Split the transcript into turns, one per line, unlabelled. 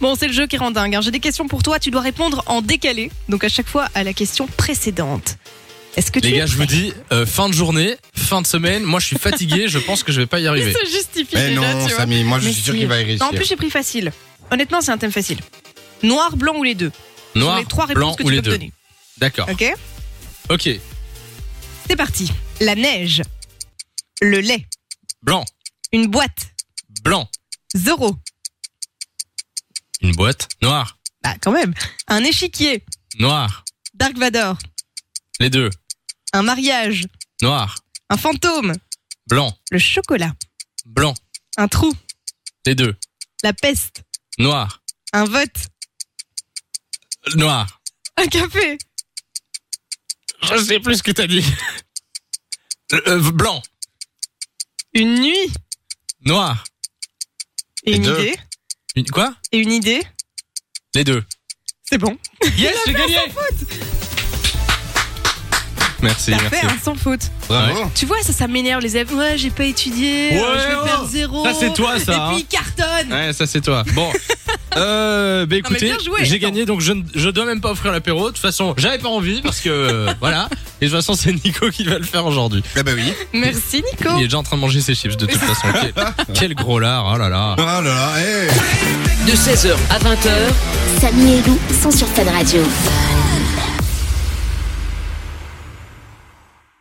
Bon, c'est le jeu qui rend dingue. hein. J'ai des questions pour toi, tu dois répondre en décalé, donc à chaque fois à la question précédente. Est-ce que tu
Les
es
gars, je vous
prêt
dis, euh, fin de journée, fin de semaine, moi je suis fatigué, je pense que je vais pas y
Il
arriver.
se justifie
Mais
déjà,
non,
tu vois.
Samy, moi je
Mais
suis sûr
si.
qu'il va y réussir.
Non, en plus, j'ai pris facile. Honnêtement, c'est un thème facile. Noir, blanc ou les deux Ce sont
Noir,
les trois
blanc
réponses que
ou
tu
les
peux me
deux
donner.
D'accord.
Ok
Ok,
C'est parti. La neige, le lait,
blanc,
une boîte,
blanc,
Zorro,
une boîte, noir,
bah quand même, un échiquier,
noir,
Dark Vador,
les deux,
un mariage,
noir,
un fantôme,
blanc,
le chocolat,
blanc,
un trou,
les deux,
la peste,
noir,
un vote,
noir.
un café,
Je sais plus ce que t'as dit. Le- euh, blanc,
une nuit
noir,
et
Et
une
deux.
idée.
une quoi
Et une idée,
Les deux.
c'est bon.
Yes, j'ai gagné Merci,
T'as fait hein.
merci.
un sans faute.
Bravo.
Tu vois, ça, ça m'énerve les élèves. Ouais, j'ai pas étudié, euh,
Ouais,
je vais
oh.
perdre zéro.
Ça c'est toi ça. hein.
Et puis ils cartonnent.
Ouais, ça c'est toi. Bon. Euh, bah écoutez,
bien joué,
j'ai
attends.
gagné donc je, ne- je dois même pas offrir l'apéro. De toute façon, j'avais pas envie parce que euh, voilà. Et de toute façon, c'est Nico qui va le faire aujourd'hui.
Ah bah oui.
Merci Nico.
Il est déjà en train de manger ses chips de toute façon. quel, quel gros lard, oh là là.
Oh là là, hey.
de 16h à 20h.
Samy et Lou sont sur Fan Radio.